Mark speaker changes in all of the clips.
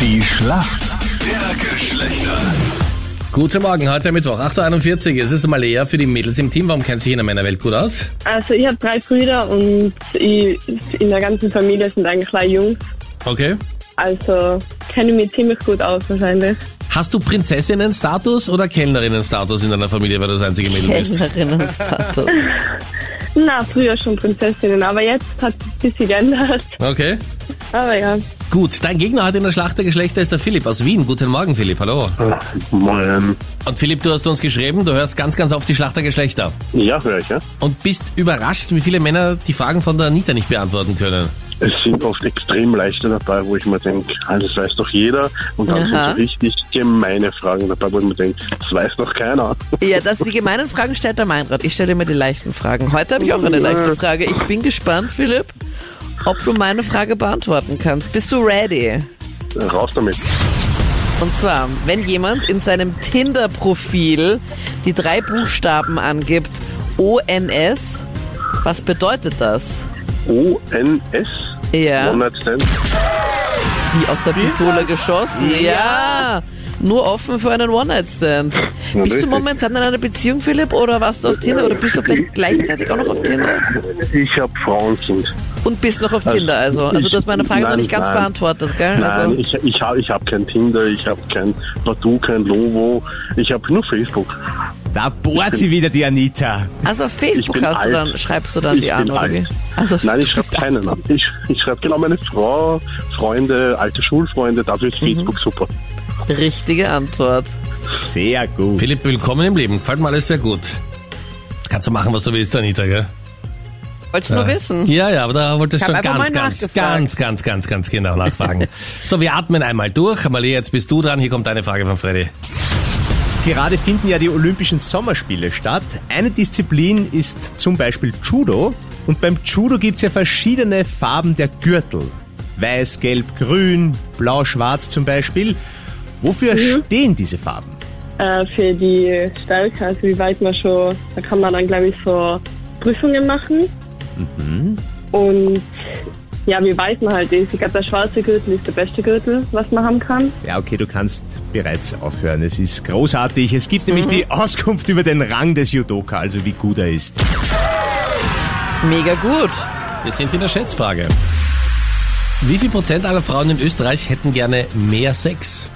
Speaker 1: Die Schlacht der Geschlechter.
Speaker 2: Guten Morgen, heute Mittwoch, 8.41 Uhr. Es ist mal eher für die Mädels im Team. Warum kennt sich in der Männerwelt gut aus?
Speaker 3: Also ich habe drei Brüder und ich, in der ganzen Familie sind eigentlich drei Jungs.
Speaker 2: Okay.
Speaker 3: Also kenne ich mich ziemlich gut aus wahrscheinlich.
Speaker 2: Hast du Prinzessinnen-Status oder Kellnerinnen-Status in deiner Familie, weil du das einzige Mädel bist?
Speaker 4: Kellnerinnenstatus.
Speaker 3: Na, früher schon Prinzessinnen, aber jetzt hat es ein bisschen geändert.
Speaker 2: Okay.
Speaker 3: Aber ja,
Speaker 2: Gut, dein Gegner heute in der Schlacht der Geschlechter ist der Philipp aus Wien. Guten Morgen, Philipp. Hallo.
Speaker 5: Moin.
Speaker 2: Und Philipp, du hast uns geschrieben, du hörst ganz, ganz oft die Schlacht der Geschlechter.
Speaker 5: Ja, höre ich, ja.
Speaker 2: Und bist überrascht, wie viele Männer die Fragen von der Anita nicht beantworten können.
Speaker 5: Es sind oft extrem leichte dabei, wo ich mir denke, das weiß doch jeder. Und dann
Speaker 4: Aha.
Speaker 5: sind so richtig gemeine Fragen dabei, wo ich mir denke, das weiß doch keiner.
Speaker 4: Ja, dass die gemeinen Fragen stellt der Meinrad. Ich stelle mir die leichten Fragen. Heute habe ich auch eine leichte Frage. Ich bin gespannt, Philipp, ob du meine Frage beantworten kannst. Bist du ready?
Speaker 5: Raus damit.
Speaker 4: Und zwar, wenn jemand in seinem Tinder-Profil die drei Buchstaben angibt, ONS, was bedeutet das?
Speaker 5: ONS?
Speaker 4: Ja.
Speaker 5: One Night Stand?
Speaker 4: Wie aus der Pistole geschossen? Ja. Nur offen für einen One-Night-Stand.
Speaker 5: Na,
Speaker 4: Bist du
Speaker 5: richtig.
Speaker 4: momentan in einer Beziehung, Philipp, oder warst du auf Tinder oder bist du vielleicht gleichzeitig auch noch auf Tinder?
Speaker 5: Ich habe Frauenkind.
Speaker 4: Und bist noch auf Tinder, also. Also du hast meine Frage
Speaker 5: Nein,
Speaker 4: noch nicht ganz
Speaker 5: nein.
Speaker 4: beantwortet, gell?
Speaker 5: Nein,
Speaker 4: Also,
Speaker 5: ich, ich habe ich hab kein Tinder, ich habe kein Badu, kein Lovo, ich habe nur Facebook.
Speaker 6: Da bohrt sie wieder, die Anita.
Speaker 4: also auf Facebook
Speaker 5: bin
Speaker 4: hast du
Speaker 5: alt.
Speaker 4: dann, schreibst du dann
Speaker 5: Ich
Speaker 4: die an,
Speaker 5: bin
Speaker 4: oder
Speaker 5: alt.
Speaker 4: wie? Also
Speaker 5: Nein, ich
Speaker 4: du
Speaker 5: schreibe
Speaker 4: bist-
Speaker 5: keinen an. Ich, ich schreibe genau meine Frau, Freunde, alte Schulfreunde, dafür
Speaker 4: Mhm.
Speaker 5: ist Facebook super.
Speaker 4: Richtige Antwort.
Speaker 6: Sehr gut.
Speaker 2: Philipp, willkommen im Leben. Gefällt mir alles sehr gut. Kannst du machen, was du willst, Anita, gell?
Speaker 4: Wolltest du nur wissen?
Speaker 2: Ja, ja, aber da wolltest
Speaker 4: Ich
Speaker 2: du
Speaker 4: hab einfach
Speaker 2: ganz,
Speaker 4: mal
Speaker 2: ganz,
Speaker 4: nachgefragt.
Speaker 2: ganz, ganz, ganz, ganz genau nachfragen. so, wir atmen einmal durch. Amalie, jetzt bist du dran. Hier kommt deine Frage von Freddy.
Speaker 6: Gerade finden ja die Olympischen Sommerspiele statt. Eine Disziplin ist zum Beispiel Judo. Und beim Judo gibt's ja verschiedene Farben der Gürtel. Weiß, Gelb, Grün, Blau, Schwarz zum Beispiel. Wofür stehen diese Farben?
Speaker 3: äh, für die Stärke, also wie weit man schon, da kann man dann glaube ich so Prüfungen machen. Und ja, wie weit man halt ist. Ich glaube, der schwarze Gürtel ist der beste Gürtel, was man haben kann.
Speaker 6: Ja, okay, du kannst bereits aufhören. Es ist großartig. Es gibt nämlich die Auskunft über den Rang des Judoka, also wie gut er ist.
Speaker 4: Mega gut.
Speaker 2: Wir sind in der Schätzfrage. Wie viel Prozent aller Frauen in Österreich hätten gerne mehr Sex?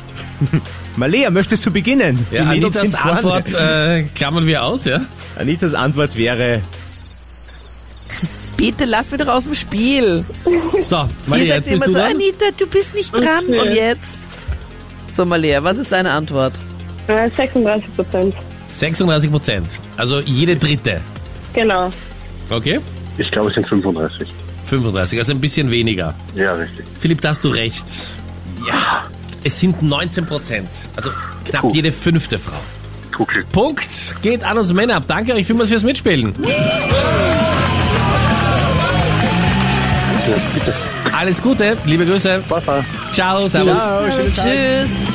Speaker 6: Malea, möchtest du beginnen?
Speaker 2: Ja, Anitas Antwort äh, klammern wir aus, ja?
Speaker 6: Anitas Antwort wäre
Speaker 4: Bitte lass mich doch aus dem Spiel.
Speaker 2: So,
Speaker 4: Ihr
Speaker 2: Maria,
Speaker 4: seid
Speaker 2: jetzt bist
Speaker 4: immer
Speaker 2: du
Speaker 4: so,
Speaker 2: dran.
Speaker 4: Anita, du bist nicht dran.
Speaker 3: Okay.
Speaker 4: Und jetzt? So, Malia, was ist deine Antwort?
Speaker 3: Äh, 36 Prozent.
Speaker 2: 36 Prozent. Also jede dritte.
Speaker 3: Genau.
Speaker 2: Okay?
Speaker 5: Ich glaube, es sind 35.
Speaker 2: 35, also ein bisschen weniger.
Speaker 5: Ja, richtig.
Speaker 2: Philipp, da hast du recht. Ja. Es sind 19 Prozent. Also knapp
Speaker 5: Puh.
Speaker 2: jede fünfte Frau.
Speaker 5: Kuckel.
Speaker 2: Punkt geht an uns Männer ab. Danke euch vielmals fürs Mitspielen. Alles Gute, liebe Grüße.
Speaker 5: Baba.
Speaker 2: Ciao, servus.
Speaker 4: Tschüss.